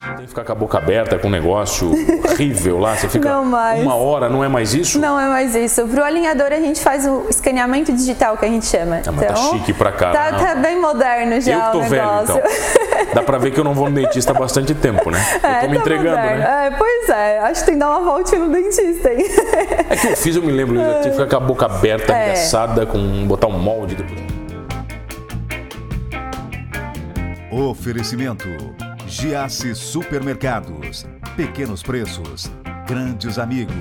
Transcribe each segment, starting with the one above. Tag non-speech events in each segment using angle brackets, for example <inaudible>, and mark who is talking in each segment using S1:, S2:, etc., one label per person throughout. S1: Tem que ficar com a boca aberta com um negócio horrível lá. Você fica
S2: Não mais.
S1: uma hora, não é mais isso?
S2: Não é mais isso. Pro alinhador a gente faz o escaneamento digital que a gente chama.
S1: Ah, mas tá chique pra cá,
S2: Tá,
S1: né?
S2: tá bem moderno já
S1: Eu que tô
S2: o
S1: velho,
S2: negócio. <laughs>
S1: então. Dá pra ver que eu não vou no dentista há bastante tempo, né? Eu tô
S2: É,
S1: me
S2: tá
S1: entregando,
S2: moderno.
S1: né?
S2: É, pois é, acho que tem que dar uma voltinha no dentista, hein? <laughs>
S1: É que eu fiz, eu me lembro, Luísa, tinha que ficar com a boca aberta,
S2: É.
S1: engraçada, com botar um molde depois.
S3: Oferecimento: Giasse Supermercados. Pequenos preços, grandes amigos.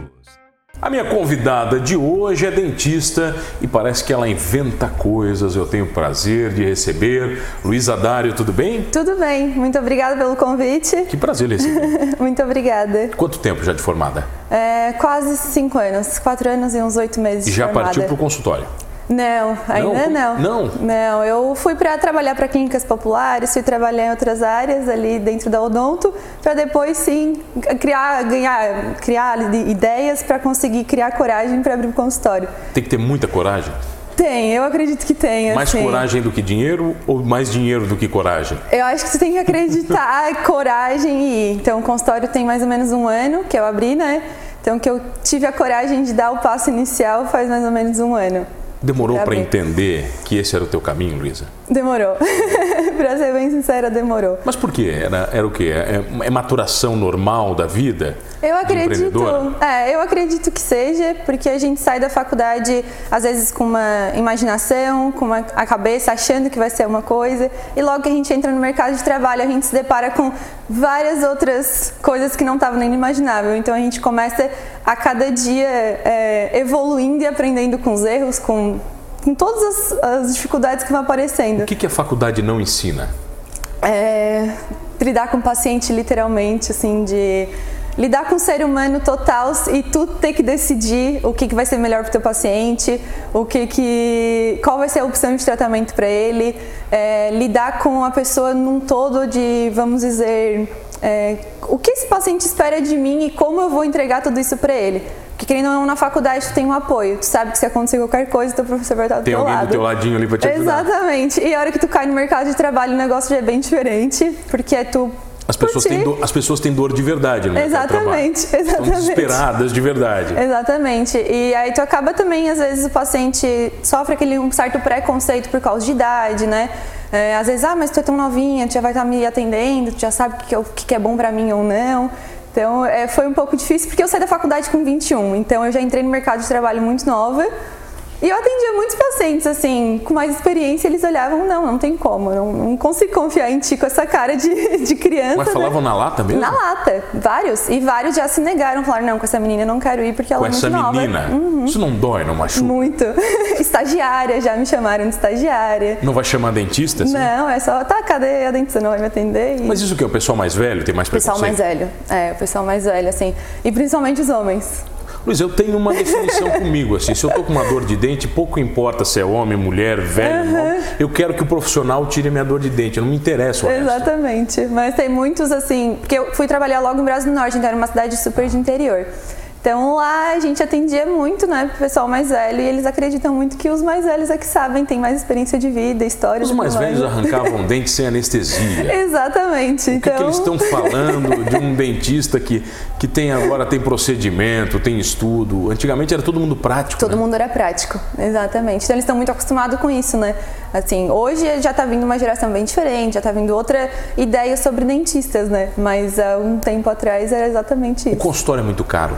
S1: A minha convidada de hoje é dentista e parece que ela inventa coisas. Eu tenho o prazer de receber. Luísa Dário, tudo bem?
S2: Tudo bem, muito obrigada pelo convite. <laughs>
S1: Que prazer lhe receber.
S2: Muito obrigada.
S1: Quanto tempo já de formada?
S2: É, quase cinco anos, quatro anos e uns oito meses.
S1: E
S2: de
S1: já
S2: formada.
S1: partiu para o consultório.
S2: Não, ainda
S1: Não?
S2: não.
S1: Não?
S2: Não, eu fui para trabalhar para clínicas populares, fui trabalhar em outras áreas ali dentro da Odonto, para depois sim criar, ganhar, criar ali ideias para conseguir criar coragem para abrir o consultório.
S1: Tem que ter muita coragem.
S2: Tem, eu acredito que tem.
S1: Mais
S2: assim.
S1: coragem do que dinheiro ou mais dinheiro do que coragem?
S2: Eu acho que você tem
S1: <laughs>
S2: que acreditar, coragem e ir. Então, o consultório tem mais ou menos um ano que eu abri, né? Então, que eu tive a coragem de dar o passo inicial faz mais ou menos um ano.
S1: Demorou
S2: Tá
S1: para
S2: bem.
S1: entender que esse era o teu caminho, Luísa?
S2: Demorou. <laughs> pra ser bem sincera, demorou.
S1: Mas por quê? Era, era o quê? É, é maturação normal da vida?
S2: Eu
S1: De
S2: acredito,
S1: empreendedora?
S2: é, eu acredito que seja, porque a gente sai da faculdade às vezes com uma imaginação, com uma, a cabeça achando que vai ser uma coisa, e logo que a gente entra no mercado de trabalho, a gente se depara com várias outras coisas que não estavam nem no imaginável. Então a gente começa a cada dia é, evoluindo e aprendendo com os erros, com, com todas as, as dificuldades que vão aparecendo.
S1: O que, que a faculdade não ensina?
S2: É, lidar com o paciente literalmente, assim, de lidar com o ser humano total e tu ter que decidir o que, que vai ser melhor para o teu paciente, o que que qual vai ser a opção de tratamento para ele, é, lidar com a pessoa num todo de, vamos dizer, é, o que esse paciente espera de mim e como eu vou entregar tudo isso para ele. Porque querendo ou não, na faculdade tu tem um apoio, tu sabe que se acontecer qualquer coisa, teu professor vai estar do
S1: Tem
S2: teu
S1: alguém
S2: lado.
S1: do teu ladinho ali para te ajudar?
S2: Exatamente. E a hora que tu cai no mercado de trabalho, o negócio já é bem diferente, porque é tu.
S1: As pessoas,
S2: por ti.
S1: têm dor, as pessoas têm dor de verdade, né?
S2: Exatamente,
S1: Estão
S2: exatamente.
S1: desesperadas de verdade.
S2: Exatamente. E aí tu acaba também, às vezes, o paciente sofre aquele um certo preconceito por causa de idade, né? É, às vezes, ah, mas tu é tão novinha, tu já vai estar me atendendo, tu já sabe o que, é- o que é bom pra mim ou não. Então, é, foi um pouco difícil, porque eu saí da faculdade com 21, então eu já entrei no mercado de trabalho muito nova. E eu atendia muitos pacientes, assim, com mais experiência, eles olhavam, não, não tem como, não, não consigo confiar em ti com essa cara de, <laughs> de criança.
S1: Mas
S2: né?
S1: falavam na lata mesmo?
S2: Na lata, vários. E vários já se negaram, falaram, não, com essa menina eu não quero ir porque ela
S1: Com
S2: é muito
S1: essa
S2: nova.
S1: menina? Isso não dói, não machuca?
S2: Muito. <laughs> estagiária, já me chamaram de estagiária.
S1: Não vai chamar dentista? Assim?
S2: Não, é só, tá, cadê a dentista? Não vai me atender. E...
S1: Mas isso que é o pessoal mais velho tem mais
S2: o pessoal mais
S1: preconceito?
S2: velho. É, o pessoal mais velho, assim. E principalmente os homens.
S1: Luiz, eu tenho uma
S2: <laughs>
S1: definição comigo, assim, se eu tô com uma dor de dente, pouco importa se é homem, mulher, velho, não. eu quero que o profissional tire minha dor de dente, eu não me interessa o resto.
S2: Exatamente. Mas tem muitos assim. Porque eu fui trabalhar logo em Brasil do Norte, então era uma cidade super de interior. Então lá a gente atendia muito, né, pro pessoal mais velho, e eles acreditam muito que os mais velhos é que sabem, tem mais experiência de vida, história.
S1: Os
S2: tudo
S1: mais velhos arrancavam um dente sem anestesia.
S2: Exatamente.
S1: O que,
S2: então,
S1: que eles estão falando de
S2: <laughs>
S1: um dentista que, que tem agora tem procedimento, tem estudo? Antigamente era todo mundo prático.
S2: Todo
S1: né?
S2: mundo era prático, exatamente. Então eles estão muito acostumados com isso, né? Assim, hoje já tá vindo uma geração bem diferente, já tá vindo outra ideia sobre dentistas, né? Mas há um tempo atrás era exatamente
S1: O
S2: isso.
S1: consultório é muito caro.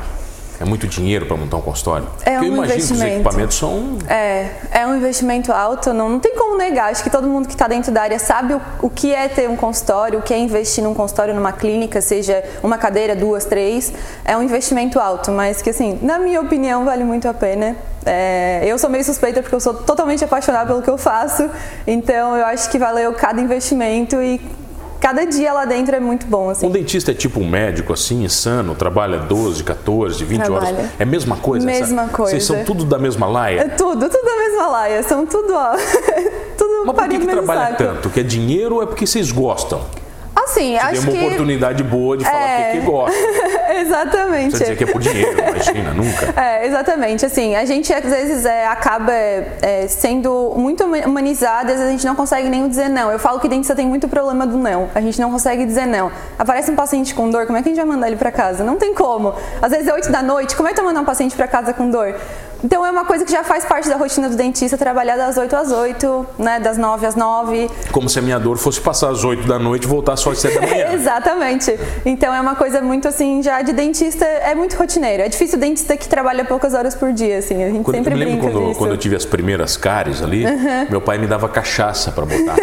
S1: É muito dinheiro para montar um consultório.
S2: É
S1: Porque eu
S2: um
S1: imagino que os
S2: investimento.
S1: equipamentos são
S2: É, é um investimento alto, não, não tem como negar. Acho que todo mundo que está dentro da área sabe o, o que é ter um consultório, o que é investir num consultório, numa clínica, seja uma cadeira, duas, três. É um investimento alto, mas que, assim, na minha opinião, vale muito a pena. É, eu sou meio suspeita porque eu sou totalmente apaixonada pelo que eu faço, então eu acho que valeu cada investimento e cada dia lá dentro é muito bom, assim.
S1: Um dentista é tipo um médico, assim, insano, trabalha 12, 14, 20 horas.
S2: Trabalha.
S1: É a mesma coisa? essa-
S2: Mesma
S1: Vocês
S2: coisa.
S1: são tudo da mesma
S2: É
S1: laia?
S2: tudo, tudo da mesma laia, são tudo, ó, <laughs> tudo
S1: Mas por que,
S2: farinha
S1: que
S2: do mesmo
S1: trabalha
S2: saco.
S1: tanto? Que é dinheiro ou é porque vocês gostam?
S2: Assim, assim,
S1: Te
S2: acho
S1: deu uma
S2: que.
S1: oportunidade boa de falar
S2: É.
S1: o que, que gosta.
S2: Exatamente. <laughs>
S1: Você dizer que é por dinheiro, imagina, nunca.
S2: É, exatamente. Assim, a gente às vezes é, acaba é, sendo muito huma- humanizada, às vezes a gente não consegue nem dizer não. Eu falo que dentista tem muito problema do não. A gente não consegue dizer não. Aparece um paciente com dor, como é que a gente vai mandar ele pra casa? Não tem como. Às vezes é 8 da noite, como é que eu vou mandar um paciente pra casa com dor? Então é uma coisa que já faz parte da rotina do dentista, trabalhar das 8 às 8, né, das 9 às 9.
S1: Como se a minha dor fosse passar às 8 da noite e voltar só às 7 da <laughs> manhã.
S2: Exatamente. Então é uma coisa muito assim, já de dentista, é muito rotineiro. É difícil o dentista que trabalha poucas horas por dia, assim. A gente
S1: Quando, eu
S2: sempre
S1: me lembro
S2: brinca
S1: quando,
S2: disso.
S1: quando eu tive as primeiras cáries ali, meu pai me dava cachaça pra botar.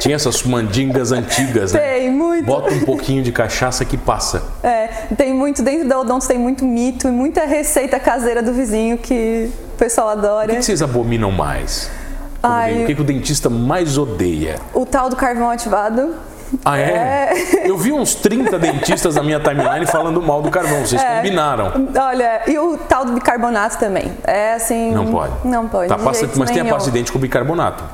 S1: Tinha essas mandingas antigas, né?
S2: Tem, muito.
S1: Bota um pouquinho de cachaça que passa.
S2: É, tem muito, dentro da odonto tem muito mito e muita receita caseira do vizinho que o pessoal
S1: O que
S2: adora.
S1: que vocês abominam mais? Quando
S2: Né? Ai.
S1: vem- O que, que o dentista mais odeia?
S2: O tal do carvão ativado.
S1: Ah, é? Eu vi uns 30 dentistas na minha timeline falando mal do carvão. Vocês
S2: É.
S1: combinaram.
S2: Olha, e o tal do bicarbonato também. É assim.
S1: Não pode.
S2: Não pode.
S1: Tá
S2: de
S1: pasta-
S2: jeito
S1: mas tem a
S2: nenhum.
S1: pasta de dente com bicarbonato.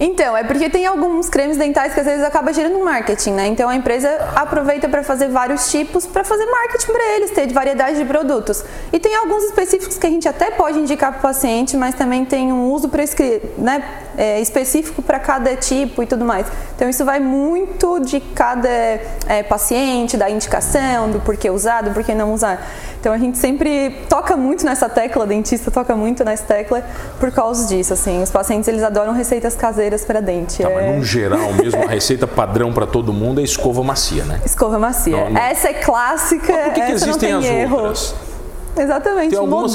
S2: Então, é porque tem alguns cremes dentais que às vezes acaba gerando marketing, né? Então a empresa aproveita para fazer vários tipos para fazer marketing para eles, ter variedade de produtos. E tem alguns específicos que a gente até pode indicar para o paciente, mas também tem um uso prescri- né, é, específico para cada tipo e tudo mais. Então isso vai muito de cada é, paciente, da indicação, do porquê usar, do porquê não usar. Então a gente sempre toca muito nessa tecla, dentista toca muito nessa tecla por causa disso, assim. Os pacientes eles adoram receitas caseiras para dente.
S1: Tá,
S2: é
S1: mas num geral mesmo, a receita padrão pra todo mundo é escova macia, né?
S2: Escova macia.
S1: Não, não.
S2: Essa é clássica,
S1: Por que, que
S2: essa não
S1: existem
S2: tem
S1: as
S2: erro.
S1: outras?
S2: Exatamente, modelos.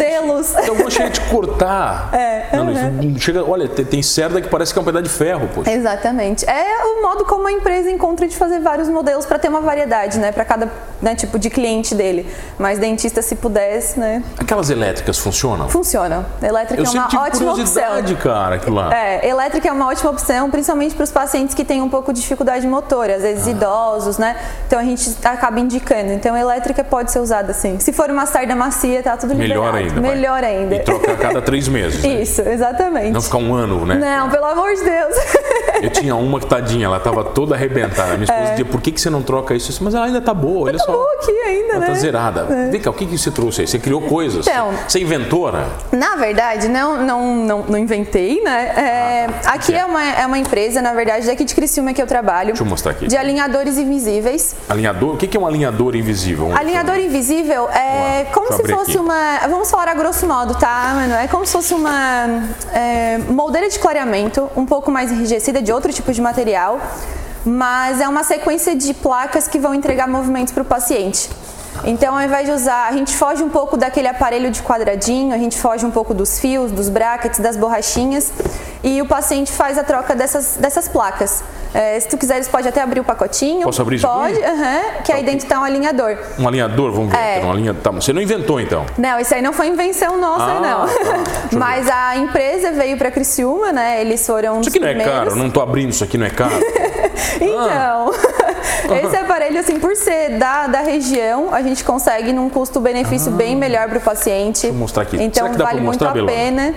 S1: <laughs>
S2: É,
S1: Que, tem algumas que a gente
S2: <laughs>
S1: cortar. não, não, isso não chega, olha, tem, tem cerda que parece que é um pedaço de ferro, poxa.
S2: Exatamente. É o modo como a empresa encontra de fazer vários modelos para ter uma variedade, né, para cada né, tipo de cliente dele. Mas dentista, se pudesse, né,
S1: Aquelas elétricas funcionam?
S2: funciona. Elétrica
S1: Eu
S2: é
S1: sempre
S2: uma
S1: tive
S2: ótima opção.
S1: curiosidade, cara, aquilo lá.
S2: É, elétrica é uma ótima opção, principalmente para os pacientes que têm um pouco de dificuldade motora, às
S1: Ah.
S2: vezes idosos, né? Então a gente acaba indicando. Então elétrica pode ser usada assim. Se for uma sarda macia, tá tudo
S1: Melhor
S2: liberado.
S1: ainda. vai.
S2: Melhor ainda.
S1: E troca a cada três meses. né?
S2: Isso, exatamente.
S1: Não ficar um ano, né?
S2: Não, pelo amor de Deus. <laughs>
S1: Eu tinha uma que tadinha, ela tava toda arrebentada. Minha
S2: É.
S1: esposa dizia, por que, que você não troca isso? Eu disse, mas ela ainda tá boa, olha só.
S2: Tô aqui ainda,
S1: Ela
S2: né?
S1: tá zerada. Vem cá, o que, que você trouxe aí? Você criou coisas?
S2: Então.
S1: Você é inventora?
S2: Na verdade, não, não, não, não inventei, né? É,
S1: Ah, tá.
S2: aqui é uma, é uma empresa, na verdade, daqui de Criciúma que eu trabalho.
S1: Deixa eu mostrar aqui.
S2: De alinhadores invisíveis.
S1: Alinhador? O que, que é um alinhador invisível?
S2: Alinhador invisível é
S1: Vamos lá,
S2: como
S1: deixa eu
S2: se
S1: abrir
S2: fosse
S1: aqui.
S2: uma. Vamos falar a grosso modo, tá, mano? É como se fosse uma é, moldeira de clareamento, um pouco mais enrijecida, de outro tipo de material, mas é uma sequência de placas que vão entregar movimentos para o paciente. Então, ao invés de usar, a gente foge um pouco daquele aparelho de quadradinho, a gente foge um pouco dos fios, dos brackets, das borrachinhas e o paciente faz a troca dessas, dessas placas. É, se tu quiseres, pode até abrir o pacotinho.
S1: Posso abrir isso aqui?
S2: Pode, aham, que aí dentro está um alinhador.
S1: Um alinhador, vamos ver.
S2: É.
S1: Um alinha... tá, você não inventou então.
S2: Não, isso aí não foi invenção nossa,
S1: Ah,
S2: <laughs>
S1: tá. Deixa eu
S2: não. Mas a empresa veio para Criciúma, né? Eles foram um
S1: Isso
S2: dos
S1: aqui não é
S2: primeiros. Né?
S1: caro, não tô abrindo isso aqui, não é caro.
S2: <laughs> Então,
S1: Ah.
S2: esse aparelho, assim, por ser da, da região, a gente consegue num custo-benefício bem melhor para o paciente. Deixa
S1: Ah. eu mostrar aqui. Será
S2: Então,
S1: que dá pra
S2: vale muito
S1: mostrar,
S2: a
S1: Belona?
S2: pena.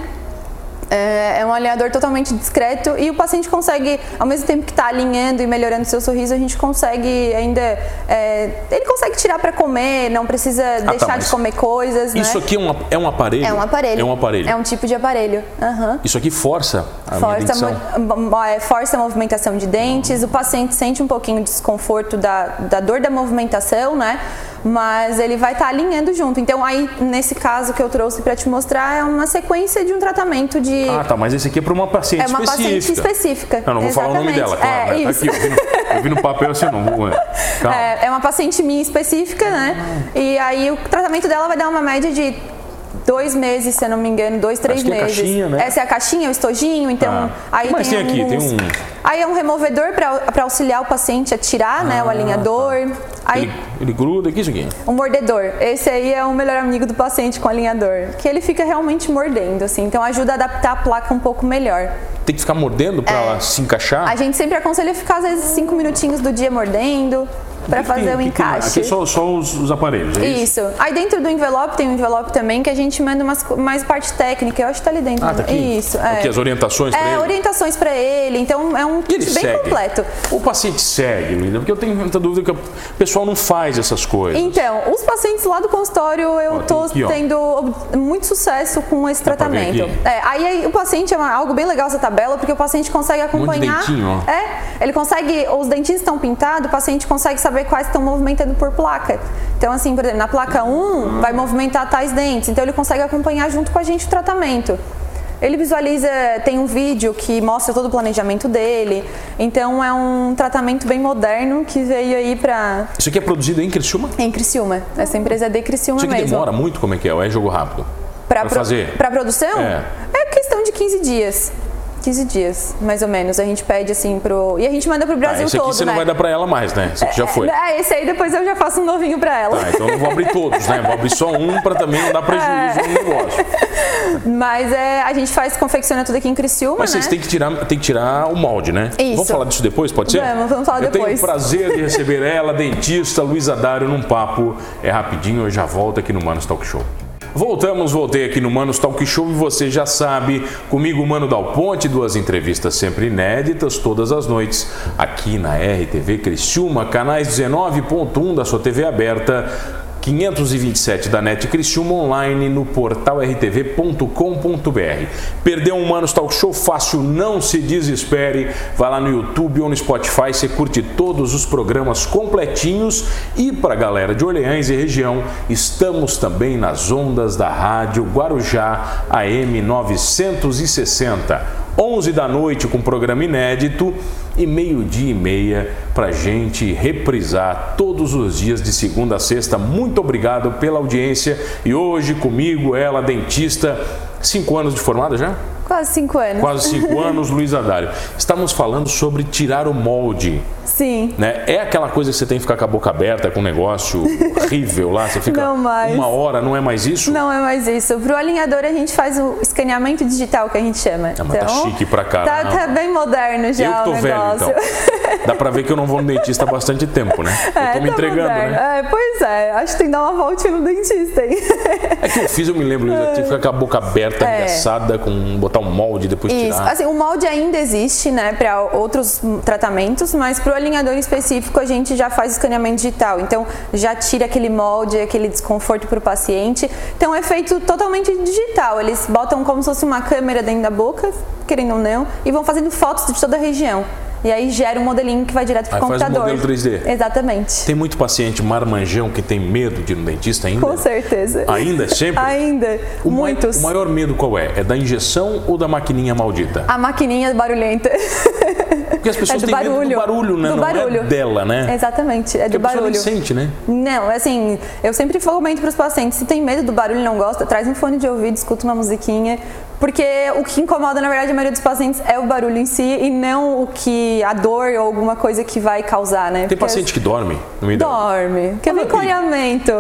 S2: É é um alinhador totalmente discreto e o paciente consegue, ao mesmo tempo que está alinhando e melhorando seu sorriso, a gente consegue ainda. é, ele consegue tirar para comer, não precisa
S1: tá,
S2: deixar de
S1: mas
S2: comer coisas. né?
S1: Isso aqui é um, é um aparelho?
S2: É um aparelho.
S1: É um aparelho.
S2: É um tipo de aparelho. Aham.
S1: Isso aqui força a minha
S2: Força,
S1: dentição?
S2: mo- mo- é, força a movimentação de dentes, o paciente sente um pouquinho de desconforto da, da dor da movimentação, né? Mas ele vai estar alinhando junto. Então, aí, nesse caso que eu trouxe para te mostrar, é uma sequência de um tratamento de.
S1: Ah, tá, mas esse aqui é para uma paciente
S2: é uma
S1: específica.
S2: paciente específica.
S1: Eu não vou falar o nome dela,
S2: Exatamente.
S1: claro.
S2: É,
S1: né? Tá
S2: isso.
S1: aqui, eu vi, no, eu vi no papel assim, eu não vou. é. Calma.
S2: É, é uma paciente minha específica, né? E aí o tratamento dela vai dar uma média de dois meses, se eu não me engano, dois, três
S1: Acho que é a
S2: meses.
S1: caixinha, né?
S2: Essa é a caixinha, o estojinho, então
S1: Ah.
S2: aí
S1: Mas tem aqui, tem
S2: alguns-
S1: um-
S2: Aí é um removedor para auxiliar o paciente a tirar, né, o alinhador. Aí
S1: Ah, tá. Ele, ele gruda aqui, isso aqui.
S2: o mordedor. Esse aí é o melhor amigo do paciente com alinhador, que ele fica realmente mordendo assim, então ajuda a adaptar a placa um pouco melhor.
S1: Tem que ficar
S2: É,
S1: mordendo para ela se encaixar?
S2: A gente sempre aconselha ficar às vezes cinco minutinhos do dia mordendo. para fazer
S1: Tem- que
S2: o
S1: tem lá?
S2: encaixe.
S1: Aqui é só, só os, os aparelhos, é isso?
S2: Isso. Aí dentro do envelope tem um envelope também que a gente manda umas, co- mais parte técnica. Eu acho que tá ali dentro.
S1: Ah, tá aqui?
S2: Isso. É.
S1: Aqui as orientações pra
S2: É,
S1: ele?
S2: orientações pra ele. Então é um
S1: E
S2: kit
S1: ele
S2: bem
S1: segue?
S2: completo.
S1: O paciente segue, Luísa, porque eu tenho muita dúvida que o pessoal não faz essas coisas.
S2: Então, os pacientes lá do consultório, eu
S1: Ó, tem
S2: tô
S1: aqui, ó.
S2: tendo ob- muito sucesso com esse
S1: Dá pra ver
S2: tratamento.
S1: aqui?
S2: É, aí, aí o paciente é uma- algo bem legal essa tabela, porque o paciente consegue acompanhar.
S1: dentinho, ó.
S2: é, ele consegue, os dentinhos estão pintados, o paciente consegue saber quais estão movimentando por placa. Então, assim, por exemplo, na placa 1 vai movimentar tais dentes. Então ele consegue acompanhar junto com a gente o tratamento. Ele visualiza, tem um vídeo que mostra todo o planejamento dele. Então é um tratamento bem moderno que veio aí pra
S1: Isso aqui é produzido em Criciúma?
S2: em Criciúma. Essa empresa é de Criciúma
S1: Isso aqui
S2: mesmo.
S1: demora muito, como é que é? Ou é jogo rápido?
S2: Pra pro-
S1: fazer?
S2: pra produção?
S1: É.
S2: questão de 15 dias. 15 dias, mais ou menos. A gente pede assim pro. E a gente manda pro
S1: Ah,
S2: Brasil
S1: esse aqui
S2: todo,
S1: você
S2: né?
S1: não vai dar pra ela mais, né? Esse aqui já foi.
S2: É, esse aí depois eu já faço um novinho pra ela.
S1: Ah, então eu não vou abrir todos, né? Vou abrir só um pra também não dar
S2: É.
S1: prejuízo no negócio.
S2: Mas é, a gente faz, confecciona tudo aqui em Criciúma,
S1: então. Mas
S2: né?
S1: vocês têm que tirar, têm que tirar o molde, né?
S2: Isso.
S1: Vamos falar disso depois, pode ser?
S2: Vamos, vamos falar
S1: eu tenho
S2: depois.
S1: o prazer de receber ela, dentista Luísa Dário, num papo. É rapidinho, eu já volto aqui no Manos Talk Show. Voltamos, voltei aqui no Manos Talk Show e você já sabe, comigo Mano Dal Ponte, duas entrevistas sempre inéditas, todas as noites, aqui na RTV Criciúma, canais 19.1 da sua TV aberta. 527 da NET Criciúma online no portal rtv.com.br. Perdeu um Manos Talk Show fácil, não se desespere. Vai lá no YouTube ou no Spotify, você curte todos os programas completinhos. E para a galera de Orleans e região, estamos também nas ondas da rádio Guarujá AM 960. 11 da noite com programa inédito e meio-dia e meia para gente reprisar todos os dias de segunda a sexta. Muito obrigado pela audiência e hoje comigo, ela, dentista, cinco anos de formada já?
S2: Quase 5 anos.
S1: Quase cinco
S2: <laughs>
S1: anos, Luiz Adário. Estamos falando sobre tirar o molde,
S2: Sim.
S1: né? É aquela coisa que você tem que ficar com a boca aberta com um negócio horrível lá, você fica
S2: Não mais.
S1: uma hora, não é mais isso?
S2: Não é mais isso. Pro alinhador a gente faz o escaneamento digital que a gente chama.
S1: Ah, mas tá chique pra
S2: Tá,
S1: caramba.
S2: tá bem moderno já
S1: eu que tô
S2: o
S1: velho,
S2: negócio. <laughs>
S1: então. Dá pra ver que eu não vou no dentista há bastante tempo, né? eu tô me
S2: tá
S1: entregando,
S2: moderno.
S1: né?
S2: É, pois é, acho que tem que dar uma voltinha no dentista, hein?
S1: É que eu fiz, eu me lembro, Luísa, que tinha que ficar com a boca aberta,
S2: É.
S1: engraçada, com botar um molde, depois
S2: Isso.
S1: tirar.
S2: Assim, o molde ainda existe, né, para outros hum, tratamentos, mas pro alinhador em específico a gente já faz escaneamento digital. Então já tira aquele molde, aquele desconforto pro paciente. Então é feito totalmente digital. Eles botam como se fosse uma câmera dentro da boca, querendo ou não, e vão fazendo fotos de toda a região. E aí gera um modelinho que vai direto pro
S1: Aí faz um
S2: computador.
S1: modelo 3D.
S2: Exatamente.
S1: Tem muito paciente marmanjão que tem medo de ir no dentista ainda?
S2: Com certeza.
S1: Ainda? Sempre?
S2: Ainda.
S1: O mai-
S2: Muitos.
S1: o maior medo qual é? É da injeção ou da maquininha maldita?
S2: A maquininha barulhenta. <laughs>
S1: Porque as pessoas
S2: Ah, é do
S1: têm medo do
S2: barulho.
S1: barulho, né?
S2: Do
S1: não é
S2: barulho.
S1: dela, né?
S2: Exatamente, é
S1: Porque
S2: do
S1: a pessoa nem
S2: barulho.
S1: sente, né?
S2: Não, assim, eu sempre comento para os pacientes, se tem medo do barulho e não gosta, traz um fone de ouvido, escuta uma musiquinha, porque o que incomoda, na verdade, a maioria dos pacientes é o barulho em si e não o que a dor ou alguma coisa que vai causar, né?
S1: Tem paciente que dorme no meio da-
S2: dorme, que é
S1: Mas não é perigo.
S2: acolhamento.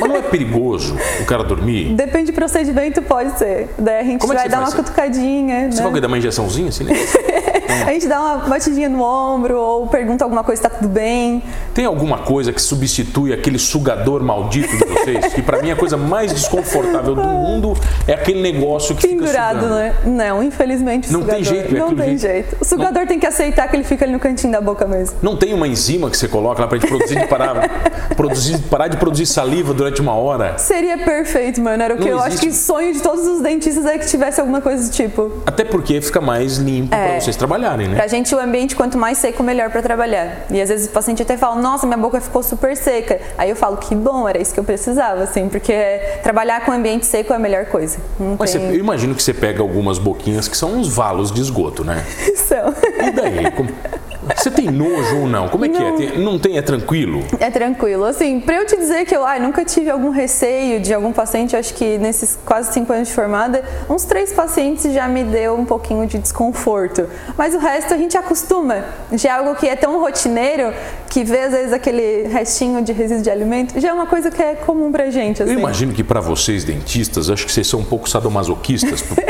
S1: Mas não é perigoso o cara dormir?
S2: Depende do procedimento, pode ser. Daí a gente
S1: Como é que você
S2: vai dar
S1: faz
S2: uma
S1: isso?
S2: cutucadinha,
S1: Você
S2: né?
S1: fala que dá uma injeçãozinha assim, né?
S2: A gente dá uma batidinha no ombro ou pergunta alguma coisa, tá tudo bem.
S1: Tem alguma coisa que substitui aquele sugador maldito de vocês? que pra mim é a coisa mais desconfortável do mundo é aquele negócio que fica
S2: Pendurado,
S1: sugando.
S2: né? Não, infelizmente o
S1: Não
S2: sugador.
S1: tem jeito, é
S2: não
S1: aquele
S2: tem
S1: jeito.
S2: jeito. O sugador tem que aceitar que ele fica ali no cantinho da boca mesmo.
S1: Não tem uma enzima que você coloca lá pra gente produzir de parar, produzir, parar de produzir saliva durante uma hora?
S2: Seria perfeito, mano. Era o que
S1: Não
S2: eu acho
S1: existe.
S2: que sonho de todos os dentistas é que tivesse alguma coisa do tipo.
S1: Até porque fica mais limpo
S2: É.
S1: pra vocês trabalharem, né?
S2: Pra gente, o ambiente, quanto mais seco, melhor pra trabalhar. E às vezes o paciente até fala, nossa, minha boca ficou super seca. Aí eu falo, que bom, era isso que eu precisava, assim, porque trabalhar com ambiente seco é a melhor coisa. Não
S1: Mas você- eu
S2: tem
S1: imagino que você pega algumas boquinhas que são uns valos de esgoto, né?
S2: opção.
S1: E daí? Como- Você tem nojo ou não? Como é que é?
S2: Não.
S1: Tem- não tem? É tranquilo?
S2: É tranquilo. Assim, pra eu te dizer que eu ai, nunca tive algum receio de algum paciente, eu acho que nesses quase cinco anos de formada, uns três pacientes já me deu um pouquinho de desconforto. Mas o resto a gente acostuma. Já é algo que é tão rotineiro que vê às vezes aquele restinho de resíduo de alimento, já é uma coisa que é comum pra gente. Assim. <laughs>
S1: Eu imagino que pra vocês dentistas, acho que vocês são um pouco sadomasoquistas. por-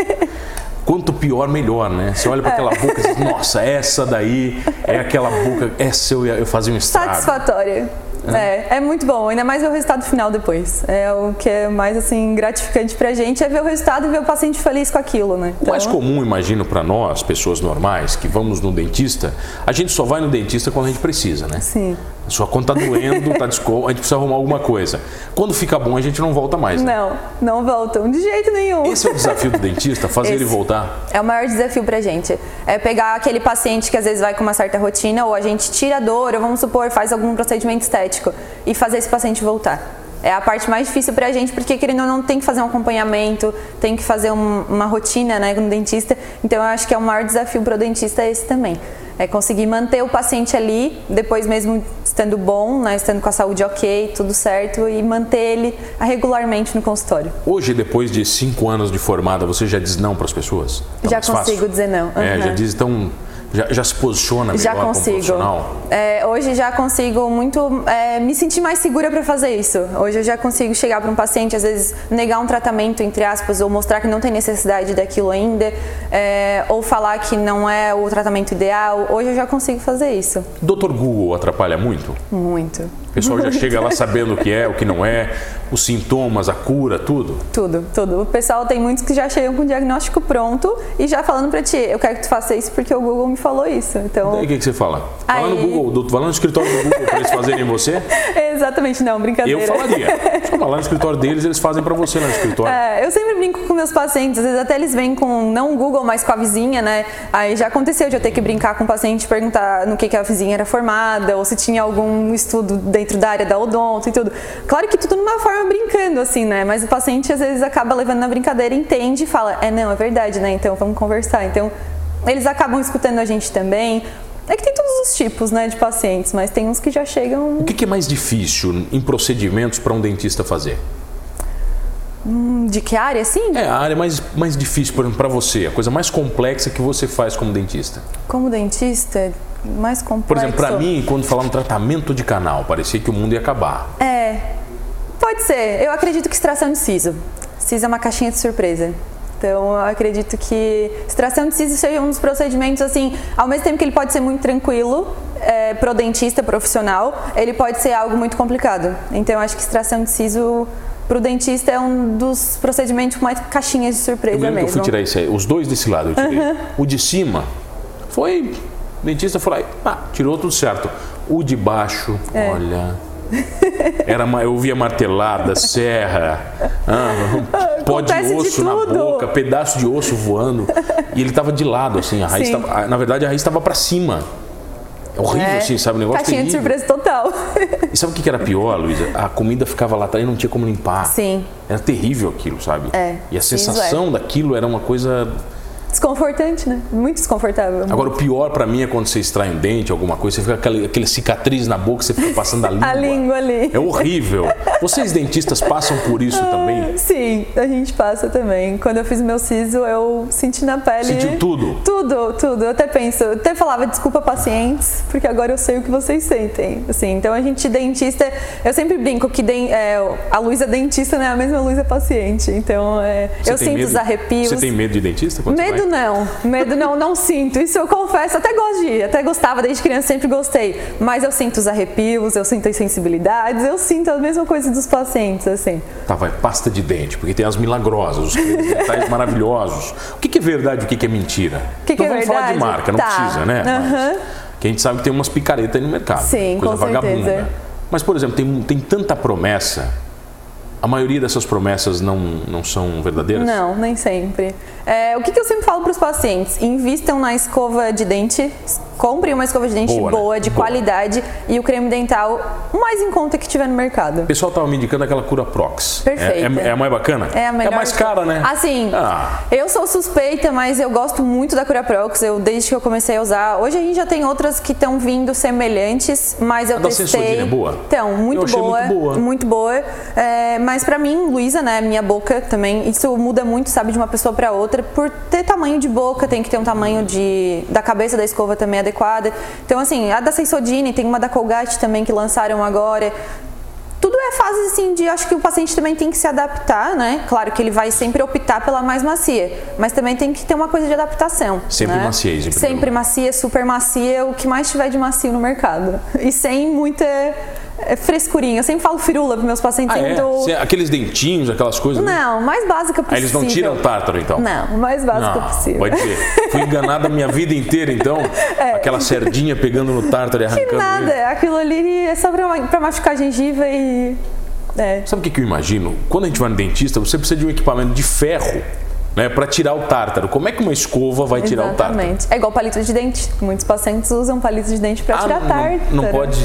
S1: quanto pior, melhor, né? Você olha para aquela
S2: É.
S1: boca e diz, nossa, essa daí é aquela boca, essa eu, ia- eu fazia um estrago.
S2: Satisfatória. É, é muito bom, ainda mais ver o resultado final depois. É o que é mais assim gratificante pra gente é ver o resultado e ver o paciente feliz com aquilo, né?
S1: O mais comum, imagino, para nós, pessoas normais, que vamos no dentista, a gente só vai no dentista quando a gente precisa, né?
S2: Sim.
S1: Sua conta tá doendo, tá descol, a gente precisa arrumar alguma coisa. Quando fica bom, a gente não volta mais, né?
S2: Não, não voltam de jeito nenhum.
S1: Esse é o desafio do dentista, fazer ele
S2: Esse.
S1: voltar.
S2: É o maior desafio pra gente. É pegar aquele paciente que às vezes vai com uma certa rotina, ou a gente tira a dor, ou vamos supor, faz algum procedimento estético, e fazer esse paciente voltar. É a parte mais difícil pra gente, porque querendo ou não, tem que fazer um acompanhamento, tem que fazer um- uma rotina né, com o dentista. Então eu acho que é o maior desafio pro dentista é esse também. É conseguir manter o paciente ali, depois mesmo estando bom, né, estando com a saúde ok, tudo certo, e manter ele regularmente no consultório.
S1: Hoje, depois de cinco anos de formada, você já diz não para as pessoas? Tá
S2: Já
S1: mais fácil?
S2: consigo dizer não.
S1: É, já
S2: Uhum.
S1: diz, então, já, já se posiciona melhor
S2: já
S1: como
S2: consigo.
S1: profissional.
S2: É, hoje já consigo muito é, me sentir mais segura para fazer isso. Hoje eu já consigo chegar para um paciente, às vezes negar um tratamento, entre aspas, ou mostrar que não tem necessidade daquilo ainda, é, ou falar que não é o tratamento ideal. Hoje eu já consigo fazer isso.
S1: Doutor Google atrapalha muito?
S2: Muito.
S1: O pessoal já chega lá sabendo o que é, o que não é, os sintomas, a cura, tudo.
S2: Tudo, tudo. O pessoal tem muitos que já chegam com o diagnóstico pronto e já falando para ti, eu quero que tu faça isso porque o Google me falou isso. Então,
S1: Daí o que, que você fala? Fala no
S2: Aí-
S1: Google, doutor, vai lá no escritório do Google para eles fazerem em você?
S2: <laughs> exatamente, não, brincadeira.
S1: Eu falaria. Deixa eu falar no escritório deles, eles fazem para você lá no escritório.
S2: É, eu sempre brinco com meus pacientes, às vezes até eles vêm com, não o Google, mas com a vizinha, né? Aí já aconteceu de eu ter que brincar com o paciente, perguntar no que, que a vizinha era formada, ou se tinha algum estudo dentro da área da odonto e tudo. Claro que tudo numa forma brincando, assim, né? Mas o paciente às vezes acaba levando na brincadeira, entende e fala, é não, é verdade, né? Então vamos conversar. Então eles acabam escutando a gente também. É que tem todos os tipos, né, de pacientes, mas tem uns que já chegam
S1: O que, que é mais difícil em procedimentos para um dentista fazer?
S2: de que área, assim?
S1: É a área mais, mais difícil, por exemplo, para você, a coisa mais complexa que você faz como dentista.
S2: Como dentista, é mais complexo.
S1: Por exemplo, para mim, quando falaram tratamento de canal, parecia que o mundo ia acabar.
S2: É, pode ser. Eu acredito que extração de siso. Siso é uma caixinha de surpresa. Então, eu acredito que extração de siso seja um dos procedimentos, assim, ao mesmo tempo que ele pode ser muito tranquilo é, pro dentista profissional, ele pode ser algo muito complicado. Então, eu acho que extração de siso pro dentista é um dos procedimentos com mais caixinhas de surpresa
S1: Eu lembro que eu
S2: mesmo.
S1: fui tirar isso aí, os dois desse lado eu tirei. O de cima foi. O dentista foi lá e pá, tirou tudo certo. O de baixo,
S2: É.
S1: olha. Era, ma- eu via martelada, serra,
S2: <laughs>
S1: ah, pó de
S2: Acontece de
S1: osso na
S2: tudo.
S1: boca, pedaço de osso voando. E ele tava de lado, assim, a raiz
S2: Sim.
S1: tava, a- Na verdade, a raiz estava para cima. É horrível,
S2: É.
S1: assim, sabe? O negócio
S2: Caixinha de
S1: terrível.
S2: surpresa total. <laughs>
S1: E sabe o que que era pior, Luísa? A comida ficava lá atrás e não tinha como limpar.
S2: Sim.
S1: Era terrível aquilo, sabe?
S2: É,
S1: E a
S2: isso é.
S1: sensação daquilo era uma coisa.
S2: Desconfortante, né? Muito desconfortável.
S1: Agora, o pior pra mim é quando você extrai um dente, alguma coisa, você fica com aquela, aquela cicatriz na boca, você fica passando a língua.
S2: <laughs> A língua ali.
S1: É horrível. Vocês dentistas passam por isso
S2: <laughs>
S1: também?
S2: Ah, Sim, a gente passa também. Quando eu fiz meu siso, eu senti na pele.
S1: Sentiu tudo?
S2: Tudo, tudo. Eu até penso, eu até falava desculpa pacientes, porque agora eu sei o que vocês sentem. Assim, então a gente dentista, eu sempre brinco que den- é, a luz é dentista não é a mesma luz é paciente. Então é,
S1: Você
S2: eu
S1: tem
S2: sinto
S1: medo?
S2: os arrepios.
S1: Você tem medo de dentista? quando você
S2: Medo
S1: vai?
S2: não, medo não, não sinto. Isso eu confesso, até gosto de ir, até gostava desde criança, sempre gostei. Mas eu sinto os arrepios, eu sinto as sensibilidades, eu sinto a mesma coisa dos pacientes, assim.
S1: Tá, vai, pasta de dente, porque tem as milagrosas, os cremes
S2: <laughs>
S1: dentais maravilhosos. O que, que é verdade e o que, que é mentira?
S2: O que que
S1: não
S2: é
S1: vamos falar de
S2: verdade?
S1: marca, não
S2: Tá.
S1: precisa, né?
S2: Aham.
S1: que a gente sabe que tem umas picaretas aí no mercado.
S2: Sim,
S1: coisa
S2: com certeza.
S1: vagabunda. Mas, por exemplo, tem, tem tanta promessa, a maioria dessas promessas não, não são verdadeiras?
S2: Não, nem sempre. É, o que, que eu sempre falo para os pacientes? Invistam na escova de dente, comprem uma escova de dente
S1: Boa,
S2: boa,
S1: né?
S2: de
S1: Boa.
S2: qualidade e o creme dental o mais em conta que tiver no mercado.
S1: O pessoal estava me indicando aquela cura Prox.
S2: Perfeita.
S1: É, é, é a mais bacana?
S2: É a melhor.
S1: mais cara, né?
S2: Assim,
S1: Ah.
S2: eu sou suspeita, mas eu gosto muito da Curaprox. Eu desde que eu comecei a usar. Hoje a gente já tem outras que estão vindo semelhantes, mas eu
S1: A da
S2: testei.
S1: Sensodyne é boa?
S2: Então, muito
S1: Eu achei
S2: boa,
S1: muito boa.
S2: muito boa. É, mas pra mim, Luísa, né, minha boca também, isso muda muito, sabe, de uma pessoa pra outra. Por ter tamanho de boca, tem que ter um tamanho de da cabeça da escova também adequada. Então, assim, a da Sensodyne, tem uma da Colgate também que lançaram agora. Tudo é fases assim de acho que o paciente também tem que se adaptar, né? Claro que ele vai sempre optar pela mais macia, mas também tem que ter uma coisa de adaptação.
S1: Sempre
S2: né?
S1: maciez, em primeiro
S2: Sempre macia, super macia, o que mais tiver de macio no mercado. E sem muita eh, frescurinha. Eu sempre falo firula para meus pacientes.
S1: Ah, é?
S2: do-
S1: Cê- Aqueles dentinhos, aquelas coisas. né?
S2: Não, mais básica possível.
S1: Aí eles não tiram o tártaro, então?
S2: Não, o mais básico
S1: Não,
S2: possível. <laughs>
S1: pode ser. Fui enganada a minha vida inteira, então. Aquela serdinha pegando no tártaro e arrancando.
S2: Que nada,
S1: ele.
S2: aquilo ali é só pra, ma- pra machucar a gengiva e. É.
S1: Sabe o que, que eu imagino? Quando a gente vai no dentista, você precisa de um equipamento de ferro, né, para tirar o tártaro. Como é que uma escova vai tirar um o tártaro?
S2: Exatamente. É igual palito de dente. Muitos pacientes usam palito de dente pra tirar
S1: Ah, não,
S2: tártaro.
S1: não pode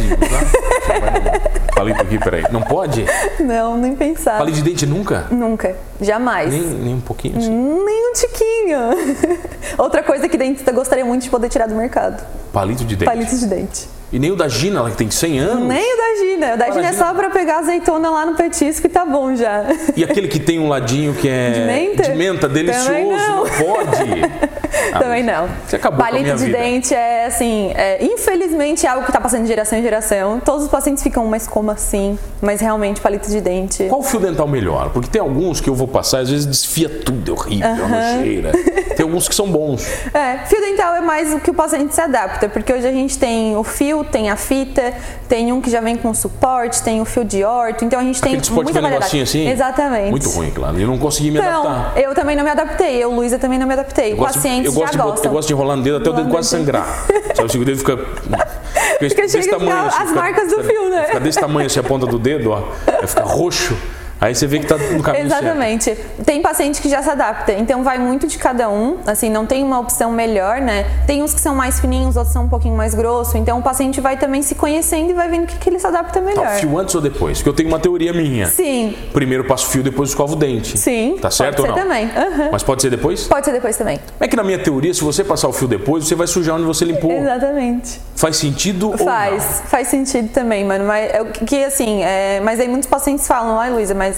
S1: usar? Palito aqui, peraí. Não pode?
S2: Não, nem pensar.
S1: Palito de dente nunca?
S2: Nunca. Jamais.
S1: Nem,
S2: Nem...
S1: nem um pouquinho assim.
S2: um tiquinho. <laughs> Outra coisa que dentista gostaria muito de poder tirar do mercado:
S1: Palito de dente.
S2: palito de dente.
S1: E nem o da Gina, ela que tem 100 anos.
S2: Nem o da Gina. O da Gina é
S1: Gina.
S2: só pra pegar azeitona lá no petisco e tá bom já.
S1: E aquele que tem um ladinho que é
S2: De menta?
S1: de menta, delicioso,
S2: Também não. <laughs>
S1: pode. Ah,
S2: Também
S1: mas
S2: não.
S1: Você acabou
S2: Palito
S1: com a minha
S2: de
S1: vida.
S2: dente é assim, é, infelizmente é algo que tá passando de geração em geração. Todos os pacientes ficam, mas como assim? Mas realmente, palito de dente.
S1: Qual fio dental melhor? Porque tem alguns que eu vou passar, às vezes desfia tudo, é horrível, é uma nojeira. Tem alguns que são bons.
S2: É, fio dental é mais o que o paciente se adapta, porque hoje a gente tem o fio, tem a fita, tem um que já vem com suporte, tem o fio de orto, então a gente tem
S1: Aquele suporte que
S2: muita
S1: é um negocinho
S2: variedade.
S1: assim.
S2: Exatamente.
S1: Muito ruim, claro. Eu não consegui me
S2: Então,
S1: adaptar.
S2: eu também não me adaptei, eu, Luísa, também não me adaptei.
S1: Eu gosto-
S2: Pacientes
S1: eu gosto,
S2: já
S1: de, bot-
S2: gostam.
S1: eu gosto de enrolar no dedo até o dedo
S2: Enrolar
S1: quase
S2: no dedo.
S1: sangrar. Sabe, o dedo fica. Fica
S2: Porque chega a ficar as marcas do
S1: fica-
S2: fio, né?
S1: Fica desse tamanho assim, a ponta do dedo, ó. Aí fica roxo. Aí você vê que tá no caminho certo.
S2: Exatamente. Tem paciente que já se adapta, então vai muito de cada um, assim, não tem uma opção melhor, né? Tem uns que são mais fininhos, outros são um pouquinho mais grosso, então o paciente vai também se conhecendo e vai vendo o que, que ele se adapta melhor.
S1: Tá, fio antes ou depois? Porque eu tenho uma teoria minha.
S2: Sim,
S1: Primeiro passo fio, depois escova o dente.
S2: sim.
S1: Tá certo
S2: pode
S1: ou
S2: ser
S1: não?
S2: também. Aham.
S1: Mas pode ser depois?
S2: Pode ser depois também.
S1: É que na minha teoria, se você passar o fio depois, você vai sujar onde você limpou.
S2: Exatamente.
S1: Faz sentido ou não?
S2: Faz, faz sentido também, mano. Mas é o que- que assim, é, mas aí muitos pacientes falam, ai Luísa, mas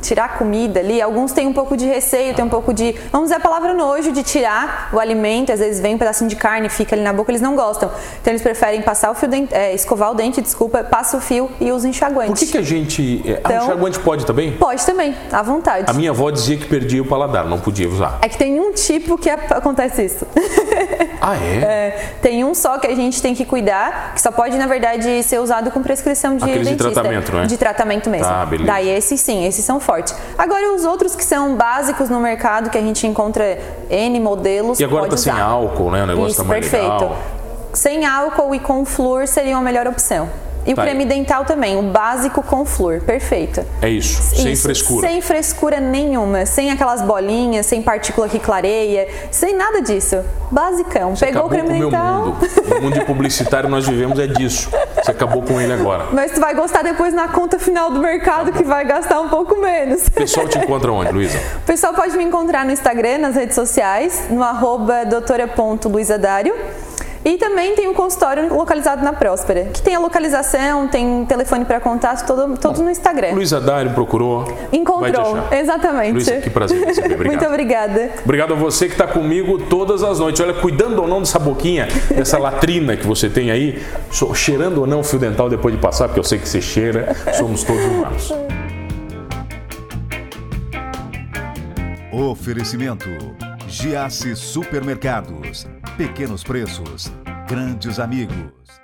S2: tirar a comida ali, alguns têm um pouco de receio, tem um pouco de, vamos dizer a palavra nojo, de tirar o alimento, às vezes vem um pedacinho de carne, fica ali na boca, eles não gostam. Então eles preferem passar o fio, dent- é, escovar o dente, desculpa, passa o fio e usa enxaguante.
S1: Por que, que a gente. é, Ah, o
S2: Então-
S1: enxaguante pode também?
S2: Pode também, à vontade.
S1: A minha avó dizia que perdia o paladar, não podia usar.
S2: É que tem um tipo que a- acontece isso.
S1: Ah, é?
S2: É, tem um só que a gente tem que cuidar, que só pode, na verdade, ser usado com prescrição de
S1: Aqueles de
S2: dentista.
S1: tratamento, né?
S2: De tratamento mesmo.
S1: Tá, beleza.
S2: Daí esses sim, esses são fortes. Agora os outros que são básicos no mercado, que a gente encontra N modelos,
S1: E agora tá
S2: pode
S1: sem
S2: usar.
S1: álcool, né? O negócio
S2: Isso,
S1: tá mais
S2: perfeito.
S1: legal.
S2: Sem álcool e com flúor seria uma melhor opção. E o
S1: Tá aí.
S2: creme dental também, o básico com flúor, perfeito.
S1: É isso, sem
S2: Isso,
S1: frescura.
S2: Sem frescura nenhuma, sem aquelas bolinhas, sem partícula que clareia, sem nada disso. Basicão. Pegou o
S1: acabou
S2: creme
S1: com o meu
S2: dental.
S1: mundo. O mundo de publicitário nós vivemos é disso. Você acabou com ele agora.
S2: <laughs> Mas tu vai gostar depois na conta final do mercado que vai gastar um pouco menos.
S1: O pessoal te encontra onde, Luísa?
S2: O pessoal pode me encontrar no Instagram, nas redes sociais, no arroba doutora.luisadário. E também tem o consultório localizado na Próspera, que tem a localização, tem telefone para contato, todo, todo no Instagram.
S1: Luísa Dário procurou. Vai te
S2: Encontrou,
S1: achar.
S2: exatamente.
S1: Luísa, que prazer receber. Obrigado.
S2: <laughs> Muito obrigada.
S1: Obrigado a você que está comigo todas as noites. Olha, cuidando ou não dessa boquinha, dessa latrina que você tem aí, so- cheirando ou não o fio dental depois de passar, porque eu sei que você cheira, somos todos humanos.
S3: Oferecimento: Giasse Supermercados. Pequenos preços, grandes amigos.